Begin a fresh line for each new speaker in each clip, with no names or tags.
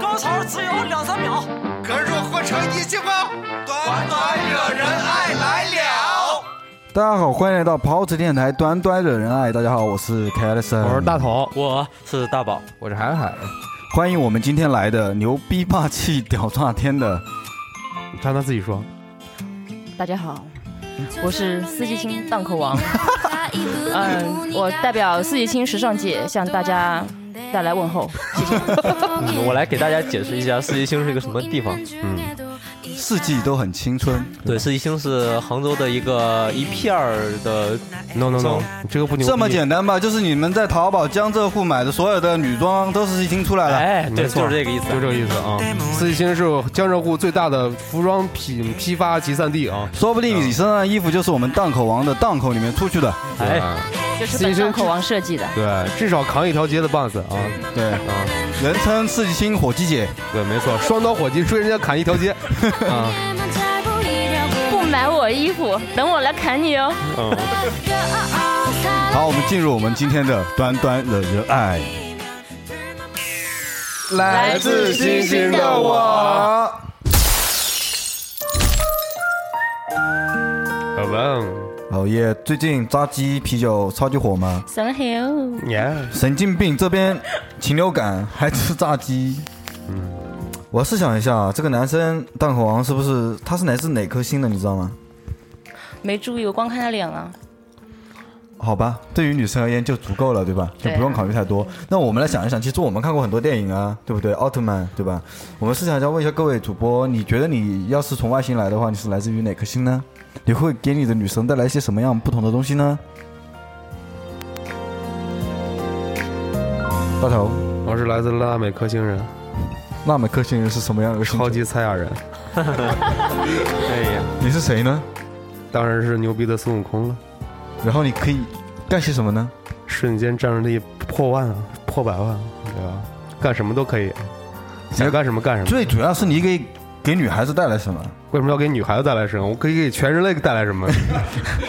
高潮只有两三秒。
可若换成一星包，短短惹人爱来了。
大家好，欢迎来到跑腿电台，端端惹人爱。大家好，我是凯尔森，
我是大头，
我是大宝，
我是韩海。
欢迎我们今天来的牛逼霸气屌炸天的，
让他自己说。
大家好，我是四季青档口王。嗯，我代表四季青时尚界向大家带来问候。谢谢。
嗯我来给大家解释一下四季青是一个什么地方。嗯，
四季都很青春。
对，四季青是杭州的一个一片儿的。
No no no，这个不牛。
这么简单吧？就是你们在淘宝江浙沪买的所有的女装都是四季青出来了。
哎，对，
没错
就是这个意思。
就这个意思啊。四季青是江浙沪最大的服装品批发集散地啊。
说不定你身上的衣服就是我们档口王的档口里面出去的。
哎，
就是本档口王设计的。
对，至少扛一条街的棒子啊。
对，
啊，
人称四季青火鸡姐。
对，没错，双刀火鸡追人家砍一条街。啊，
不买我衣服，等我来砍你哦。
好，我们进入我们今天的端端惹人爱。
来
自星星的
我。好吧，
老爷，最近扎鸡啤酒超级火吗？
三哦好，
耶，
神经病，这边禽流感还吃炸鸡。我试想一下，这个男生蛋口王是不是他是来自哪颗星的？你知道吗？
没注意，我光看他脸了。
好吧，对于女生而言就足够了，对吧？就
对啊
不用考虑太多。那我们来想一想，其实我们看过很多电影啊，对不对？奥特曼，对吧？我们试想一下，问一下各位主播，你觉得你要是从外星来的话，你是来自于哪颗星呢？你会给你的女生带来一些什么样不同的东西呢？大头，
我是来自拉美克星人，
那美克星人是什么样的一个星座
超级赛亚人，
哎呀，
你是谁呢？
当然是牛逼的孙悟空了，
然后你可以干些什么呢？
瞬间战斗力破万啊，破百万啊，对吧？干什么都可以，想干什么干什么。
最主要是你给给女孩子带来什么？
为什么要给女孩子带来什么？我可以给全人类带来什么？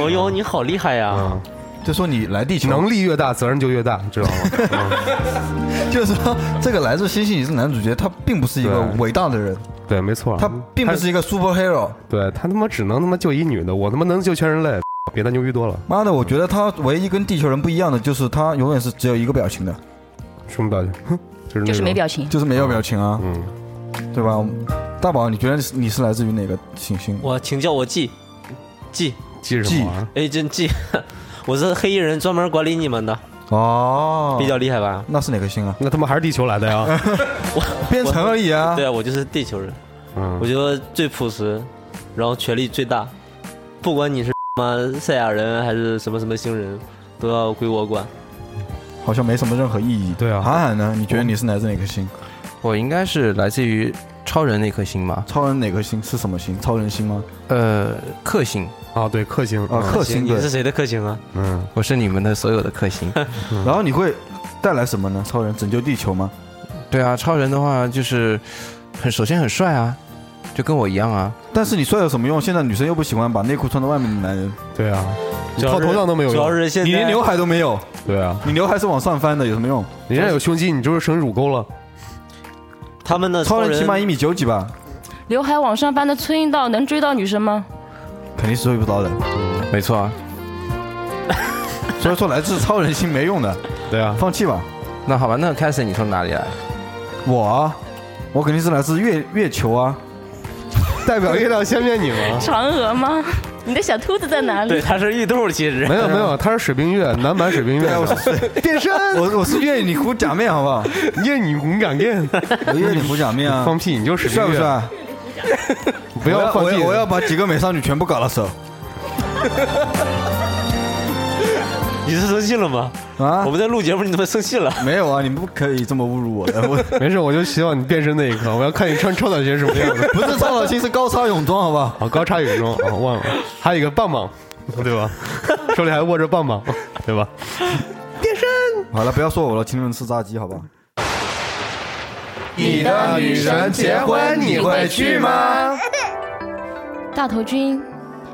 哦呦，你好厉害呀！
啊，
就说你来地球，
能力越大，责任就越大，你知道吗？
就是说这个来自星星你是男主角，他并不是一个
对
伟大的人，
对，没错。
他并不
他
是一个 super hero。
对他他妈只能他妈救一女的，我他妈能救全人类，比他牛逼多了。
妈的，我觉得他唯一跟地球人不一样的就是他永远是只有一个表情的，
什么表情？哼就是那
就是没
种
表情。
就是没有表情啊，
嗯，
对吧？大宝，你觉得你是来自于哪个行星？
我请叫我 G G
记什么玩意儿？
Agent G，我 是黑衣人，专门管理你们的，
哦，
比较厉害吧？
那是哪个星啊？
那他妈还是地球来的呀？
编程而已啊。
对啊，我就是地球人，我
嗯，
觉得最朴实，然后权力最大，不管你是妈赛亚人还是什么什么星人，都要归我管。
好像没什么任何意义。
对啊
韩寒呢？你觉得你是来自哪颗星？
我应该是来自于超人那颗星吧？
超人哪颗星是什么星？超人星吗？
呃，克星，
啊，对，克星
啊，克星
你
对
是。谁的克星啊？
嗯，
我是你们的所有的克 星。
然后你会带来什么呢？超人拯救地球吗？
对啊，超人的话就是很首先很帅啊，就跟我一样啊。
但是你帅有什么用？现在女生又不喜欢把内裤穿到外面的男人，
对啊，你
主要
套
是
头上都没有
主要
用。
是现在
你连刘海都没有，
对啊，
你刘海是往上翻的，有什么用？
人家有胸肌，你就是成乳沟了。
他们的
超人
人
起码一米九几吧，
刘海往上翻的崔到能追到女生吗？？
肯定是追不到的。
没错啊，
所以说来自超人星没用的，
对啊，
放弃吧。
那好吧，那凯森你从哪里来？
我啊，我肯定是来自月月球啊。
代表月亮先面你吗
嫦娥吗？你的小兔子在哪
对，
里？
他是玉兔，其实
没有没有，他是水冰月，男版水冰月
啊我是。
变身，
我我是月女狐假面，好不好？
你也你你敢变？
我月女狐假面啊，
放屁，你就是水
帅
冰
不
月，
帅？我
不要放
我
屁。
要我要把几个美少女全部搞到手
你是生气了吗？
啊
我！们在录节目，你怎么生气 了？
没有啊，你不可以这么侮辱我的。 我
没事，我就希望你变身那一刻，我要看你穿超短鞋什么样子。
不是超人星，是高超泳装，好不好？
啊，高叉泳装啊，忘了，还有一个棒棒，对吧？手里还握着棒棒，对吧？
好了，不要说我了，请你们吃炸鸡，好吧？
你的女神结婚你会去吗？
大头君，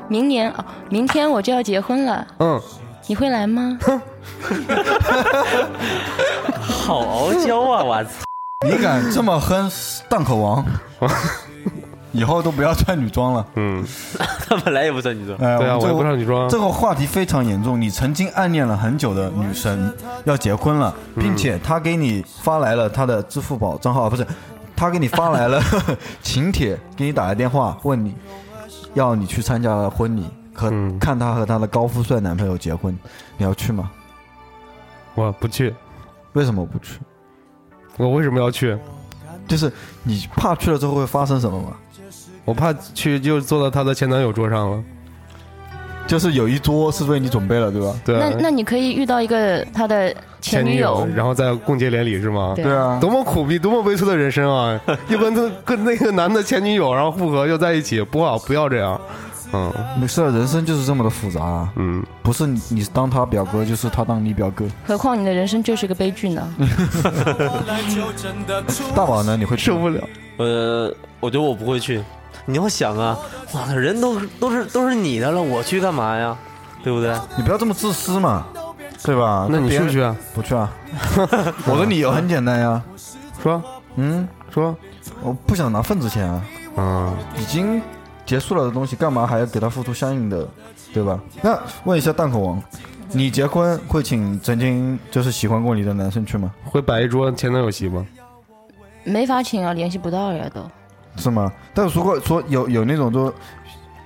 明年哦，明天我就要结婚了，
嗯，
你会呃来吗？
好傲娇啊！我操！
你敢这么哼档口 王，以后都不要穿女装了。
嗯，
他本来也不算女生，
哎，
对
们
啊，我
这
也
个
不上女装
这。个话题非常严重。你曾经暗恋了很久的女神要结婚了，
嗯
并且她给你发来了她的支付宝账号，啊不是，她给你发来 了请帖，给你打来电话问你要你去参加婚礼，和
嗯
看她和她的高富帅男朋友结婚，你要去吗？
我不去，
为什么不去？
我为什么要去？
就是你怕去了之后会发生什么吗？
我怕去就坐到她的前男友桌上了。
就是有一桌是为你准备了，对吧？
对啊，
那那你可以遇到一个他的前
前
女
友
友，，
然后再共结连理是吗？
对
对啊，
多么苦逼，多么悲催的人生啊！又跟他跟那个男的前女友，然后复合又在一起，不好，不要这样。嗯
没事，人生就是这么的复杂、啊，
嗯，
不是你你当他表哥，就是他当你表哥。
何况你的人生就是个悲剧呢。
大宝呢？你会去
受
吗？
不了。
呃，我觉得我不会去。你要想啊，哇，人都都是都是你的了，我去干嘛呀？对不对？
你不要这么自私嘛，对吧？
那你去
别
不去？啊？
不去 啊！我的理由很简单呀，
说
嗯，
说，
我不想拿份子钱啊，
嗯，
已经结束了的东西，干嘛还要给他付出相应的，对吧？那问一下蛋口王，你结婚会请曾经就是喜欢过你的男生去吗？
会摆一桌前男友席吗？
没法请啊，联系不到呀都。
是吗？但是如果说有有那种就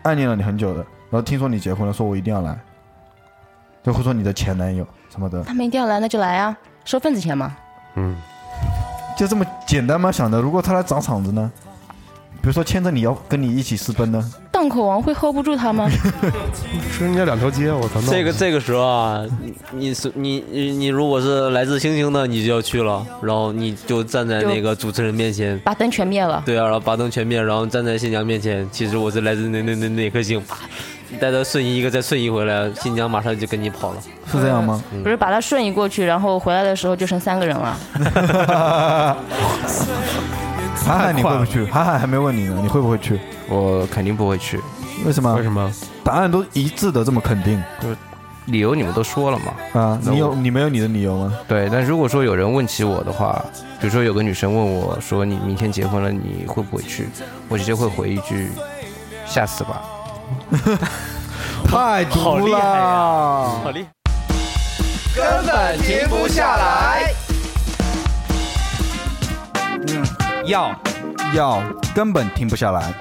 暗恋了你很久的，然后听说你结婚了，说我一定要来，就会说你的前男友什么的，
他们一定要来，那就来啊，收份子钱嘛。
嗯，
就这么简单吗？想的，如果他来砸场子呢？比如说牵着你要跟你一起私奔呢？
档口王会 hold 不 住他吗？
吃人家两条街，我操！
这个这个时候啊，你你是你你你如果是来自星星的，你就要去了，然后你就站在那个主持人面前，
把灯全灭 了，
对啊，然后拔灯全灭，然后站在新娘面前，其实我是来自哪哪哪哪颗星，啪，带他瞬移一个，再瞬移回来，新娘马上就跟你跑了。
是这样吗？
不是把他瞬移过去，然后回来的时候就剩三个人了。
涵啊涵你会不会去？涵涵还没问你呢，你会不会去？
我肯定不会去，
为什么？
为什么？
答案都一致的这么肯定
理由你们都说了嘛。
啊？
那
你有
我
你没有你的理由吗？
对，但如果说有人问起我的话，比如说有个女生问我说你明天结婚了，你会不会去？我直接会回一句，下次吧。
太
好
毒
厉害呀
了！
好厉害！
根本停不下来。
要
要根本停不下来。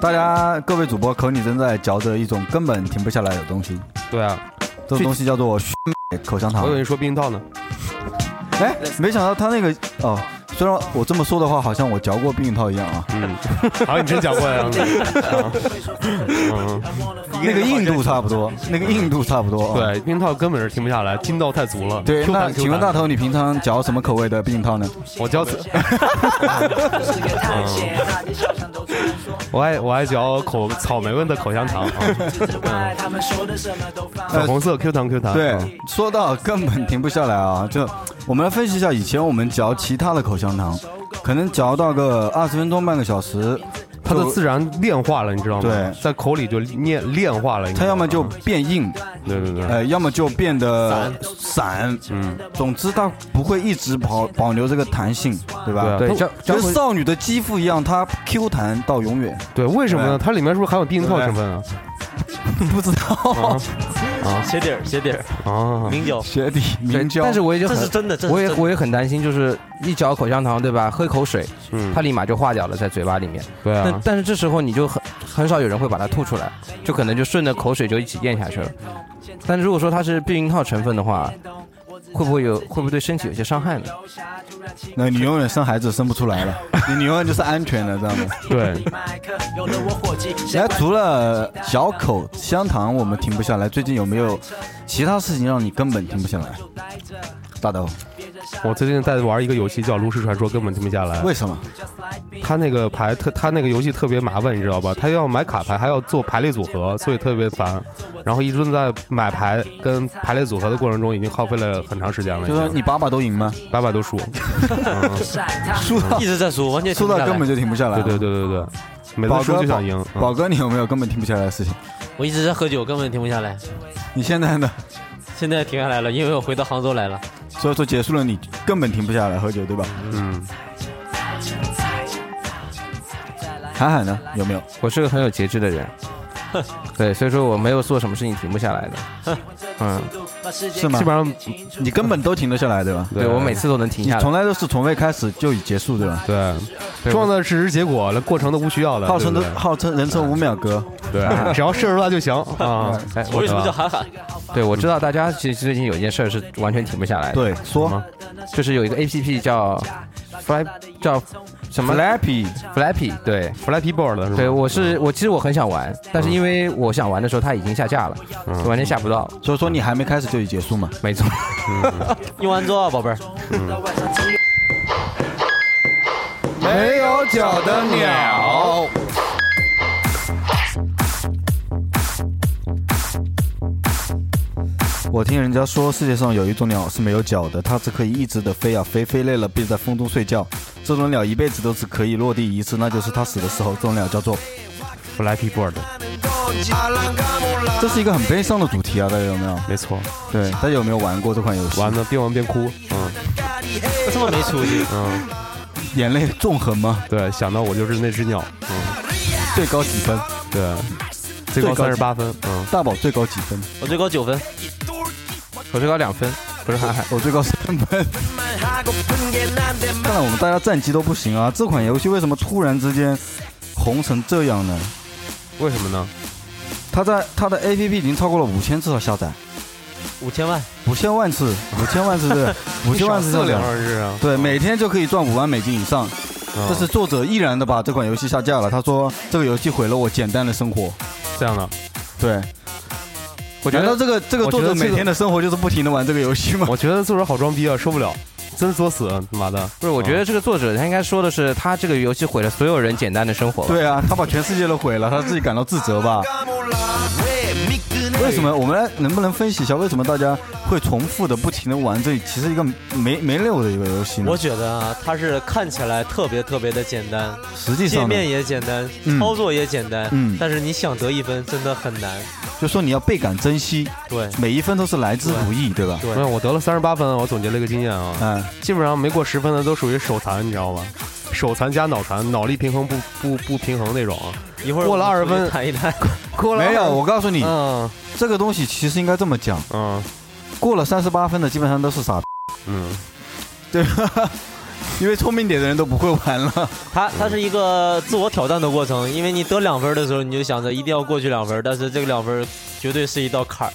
大家各位主播口里正在嚼着一种根本停不下来的东西，
对啊，
这种东西叫做口香
我
糖
以。为你说避孕套呢。
哎，没想到他那个哦，虽然我这么说的话，好像我嚼过避孕套一样啊。
嗯，好像你真讲过呀。嗯，
那个硬度差不多，那个硬度差不多。啊
对，避孕套根本是停不下来，筋道太足了。
对，
Q
那
弹 Q
请问
弹
大头，你平常嚼什么口味的避孕套呢？
我嚼死。 我爱我爱嚼口草莓味的口香糖，啊粉红色 Q 糖 Q 糖。
呃对
啊，
说到根本停不下来啊！就我们来分析一下，以前我们嚼其他的口香糖，可能嚼到个二十分钟、半个小时，
它的自然炼化了，你知道吗？
对
在口里就炼炼化了。你知
它
道
要么
吗
就变硬，
对对对，
呃，要么就变得散，嗯，总之它不会一直保保留这个弹性，对吧？
对啊
嚼
就
嚼
跟
回
少女的肌肤一样，它 Q 弹到永远。
对，为什么呢？
对
它里面是不是含有避孕套成分啊？
不知 道，
鞋底儿，鞋底儿，
啊，
明胶，
鞋底
对
明胶，
但是我已经
这
很
是真的，这是
我也
真的
我也很担心，就是一嚼口香糖，对吧？喝一口水，
嗯
它立马就化掉了在嘴巴里面。
对
但
啊，
但是这时候你就很很少有人会把它吐出来，就可能就顺着口水就一起咽下去了。但如果说它是避孕套成分的话，会不会有会不会对身体有些伤害呢？
那你永远生孩子生不出来了，你你永远就是安全的，知道吗？
对，
哎，除了嚼口香糖，我们停不下来。最近有没有其他事情让你根本停不下来？大头，
我最近在玩一个游戏叫《炉石传说》，根本停不下来。
为什么？
他那个牌特，他那个游戏特别麻烦，你知道吧？他要买卡牌，还要做排列组合，所以特别烦。然后一直在买牌跟排列组合的过程中，已经耗费了很长时间了。
就说你把把都赢吗？
八百多输，哎
输到
一直在输，完全
输到根本
就。
就停不下来。
对对对对对， 每
宝
次输
哥
就想赢。
宝
嗯
宝哥，你有没有根本停不下来的事情？
我一直在喝酒，根本停不下来。
你现在呢？
现在停下来了，因为我回到杭州来了。
所以说结束了你根本停不下来喝酒，对吧？
嗯，
韩寒呢？有没有？
我是个很有节制的 人，对，所以说我没有做什么事情停不下来的， 嗯，
是吗
基本？上
你根本都停得下来，对吧？
对我每次都能停
你
下来
从。来都是从未开始就已结束，对吧？
嗯对，撞的只是结果，那过程都不需要的，
号称
对
都
不对
号称人称五秒哥，
对，只要射出来就行啊。
哎，我
为什么叫韩寒？
对我知道大家其实最近有一件事儿是完全停不下来的，
对，说
就是有一个 A P P 叫 Fly 叫什么
Flappy
Flappy，对
Flappy Bird 是吗？
对，我是我其实我很想玩，但是因为我想玩的时候它已经下架了，就完全下不到，
所以说你还没开始就已结束嘛？
没错。
用完之后啊，宝贝儿，
没有脚的鸟。我听人家说，世界上有一种鸟是没有脚的，它只可以一直的飞啊飞，飞累了便在风中睡觉。这种鸟一辈子都只可以落地一次，那就是它死的时候。这种鸟叫做……
Flappy Bird，
这是一个很悲伤的主题啊，大家有没有？
没错，
对，大家有没有玩过这款游戏？
完了边玩边哭，嗯
这么没出息，
嗯，
眼泪纵横吗？
对，想到我就是那只鸟，
最高几分？
对，最高
最高
三十八分，嗯，
大宝最高几分？
我最高九分，
我最高两分，不 是韩
哎
寒。
我最高三分。看来我们大家战绩都不行啊！这款游戏为什么突然之间红成这样呢？
为什么呢？
它在它的 APP 已经超过了五千次的下载，
五千万，
五千万次，五千万次 对，五千万次下
四两
载，
二日啊，
对，每天就可以赚五万美金以上。
嗯
但是作者毅然的把这款游戏下架了，他说这个游戏毁了我简单的生活。
这样的，
对，
我觉
难道
嗯
这
得
个这个
我觉
作
得
者
这个
每天的生活就是不停的玩这个游戏吗？
我觉得作者好装逼啊，受不了，真作死，他妈的，
不是，我觉得这个作者他应该说的是，他这个游戏毁了所有人简单的生活吧。
对啊，他把全世界都毁了，他自己感到自责 吧？为什么？我们来能不能分析一下，为什么大家会重复的不停的玩这其实一个没没溜的一个游戏呢？
我觉得啊，它是看起来特别特别的简单，
实际
界
上呢，
面也简单，
嗯
操作也简单，
嗯
但是你想得一分真的很难，
就说你要倍感珍惜，
对，
每一分都是来之不易，对吧？
没有，我得了三十八分，我总结了一个经验啊，
嗯，
基本上没过十分的都属于手残，你知道吧？手残加脑残，脑力平衡不不不平衡那种啊。
一会儿
过了20分
谈一谈，
过
没有，我告诉你，
嗯
这个东西其实应该这么讲，
嗯
过了三十八分的基本上都是傻逼，
嗯，
对吧？因为聪明点的人都不会玩 了，
它它是一个自我挑战的过程，因为你得两分的时候，你就想着一定要过去两分，但是这个两分绝对是一道坎儿，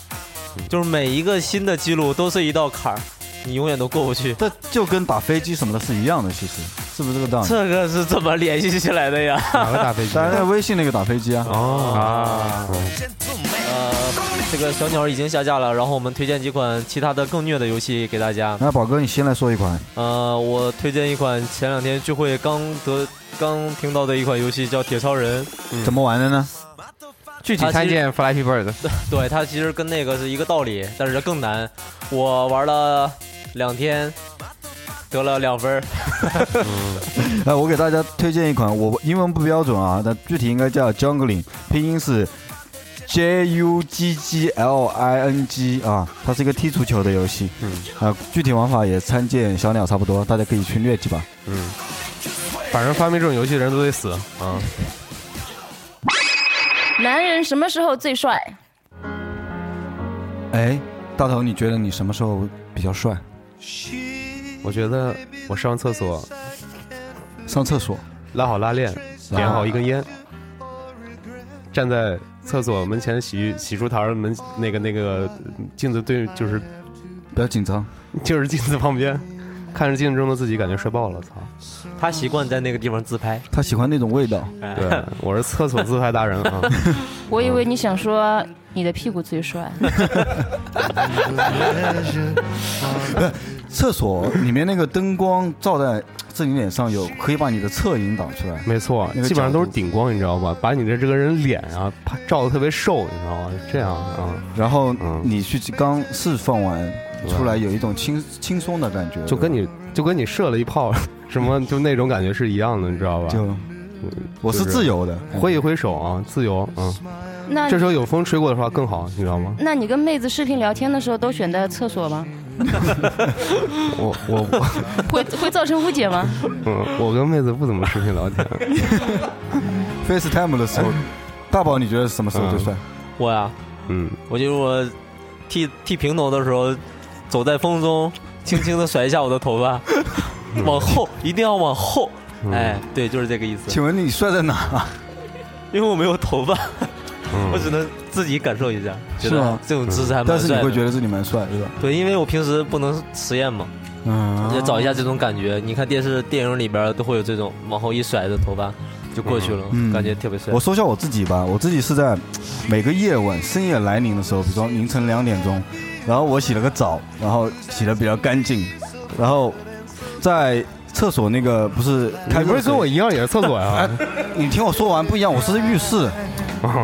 嗯
就是每一个新的记录都是一道坎儿，你永远都过不去。
这就跟打飞机什么的是一样的，其实是不是这个
啊
道理？
这个是怎么联系起来的呀？
哪个大飞 机
当然，那微信那个打飞机啊，
哦
啊，呃，这个小鸟已经下架了，然后我们推荐几款其他的更虐的游戏给大家。
来，宝哥，你先来说一款。
呃，我推荐一款前两天聚会刚得刚听到的一款游戏，叫《铁超人》。
怎么玩的呢？
具体参见 Flappy Bird。
对，它其实跟那个是一个道理，但是更难。我玩了两天，得了两分儿。
哎，我给大家推荐一款，我英文不标准啊，但具体应该叫 Jungling，拼音是 J U G G L I N G 啊，它是一个踢足球的游戏。嗯，啊，具体玩法也参见小鸟差不多，大家可以去略记吧。
嗯，反正发明这种游戏的人都得死啊！
男人什么时候最帅？
哎，大头，你觉得你什么时候比较帅？
我觉得我上厕所
上厕所，
拉好拉链，点好一根烟，站在厕所门前洗浴洗漱台儿门那个那个镜子对，就是
不要紧张。
就是镜子旁边，看着镜子中的自己，感觉帅爆了，操！
他习惯在那个地方自拍。
他喜欢那种味道，
对，我是厕所自拍达人 啊！
我以为你想说你的屁股最帅，
厕所里面那个灯光照在自己脸上有，可以把你的侧影挡出来。
没错，
那个
基本上
角
都
度
是顶光，你知道吧？把你的这个人脸啊，啪照的特别瘦，你知道吗？这样啊，
然后
嗯
你去刚释放完出来，有一种轻轻松的感觉，
就跟
你
你就跟你射了一炮 什么就那种感觉是一样的，你知道吧？
就我是自由的，
挥一挥手啊，自由，嗯，
那
这时候有风吹过的话更好，你知道吗？
那你跟妹子视频聊天的时候都选在厕 所吗？
我我我，
会会造成误解吗？
嗯，我跟妹子不怎么视频聊天，
FaceTime 的
哎
时候，大宝你觉得什么时候最帅？
我呀、
嗯，
我就是我剃剃平头的时候，走在风中，轻轻的甩一下我的头 发，往后一定要往后。
嗯
哎，对，就是这个意思。
请问你帅在哪？
因为我没有头发，
嗯
我只能自己感受一下，觉
是
得
吗嗯
这种姿势还蛮
但是你
帅
会
的。
觉得自己蛮帅，对吧？
对，因为我平时不能实验嘛，
嗯，
也找一下这种感觉。你看电视、电影里边都会有这种往后一甩的头发就过去了，
嗯
感觉特别帅
我。说一下我自己吧，我自己是在每个夜晚深夜来临的时候，比如说凌晨两点钟，然后我洗了个澡，然后洗的比较干净，然后在厕所那个不是开
你不是跟我一样也是厕所呀？
哎
你听我说完不一样，我是浴室，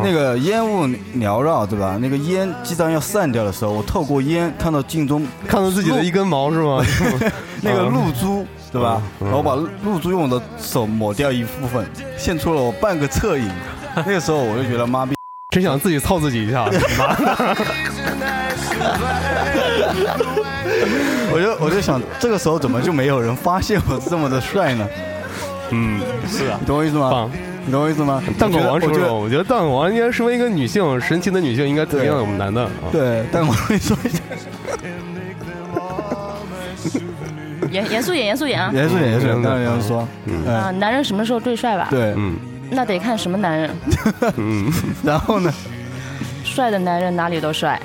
那个烟雾缭绕，对吧？那个烟即将要散掉的时候，我透过烟看到镜中
看到自己的一根毛是 吗？
那个露珠，对吧？
嗯
然后把露珠用我的手抹掉一部分，现出了我半个侧影。那个时候我就觉得妈逼，
真想自己操自己 一下，妈
我就我就想，这个时候怎么就没有人发现我是这么的帅 呢？
嗯，
你懂我意思吗
棒？
你懂我意思吗？
蛋狗王
我
说
觉得
说，我觉得蛋狗王应该身为一个女性，神奇的女性，应该特别像我们男的啊。
我觉得对，但我跟你说一下，
严严肃点，严肃点啊！
严肃点，严肃点，
嗯
当然要说，
啊，
嗯，
男人什么时候最帅吧？
对，
嗯
那得看什么男人，
嗯，
然后呢？
帅的男人哪里都帅，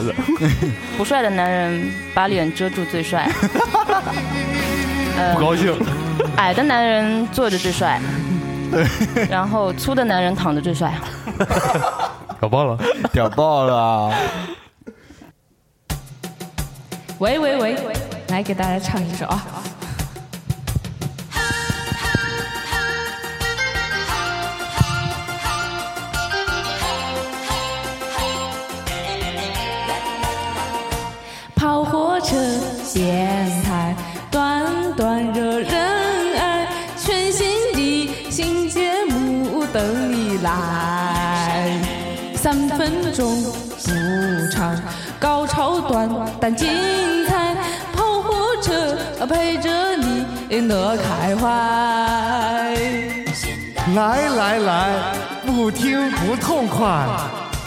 的，
不帅的男人把脸遮住最帅，呃
不高兴。
矮的男人坐着最帅，然后粗的男人躺着最帅。
搞爆了！
屌爆了！
喂喂喂，来给大家唱一首啊！跑火车、电台，段段惹人爱，全新的新节目等你来。三分钟不长，高潮短但精彩，跑火车呃陪着你乐开怀。
来来来，不听不痛快。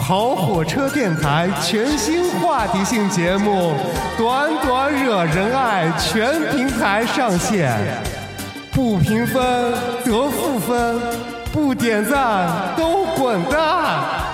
跑火车电台全新话题性节目，短短惹人爱，全平台上线。不评分得负分，不点赞都滚蛋。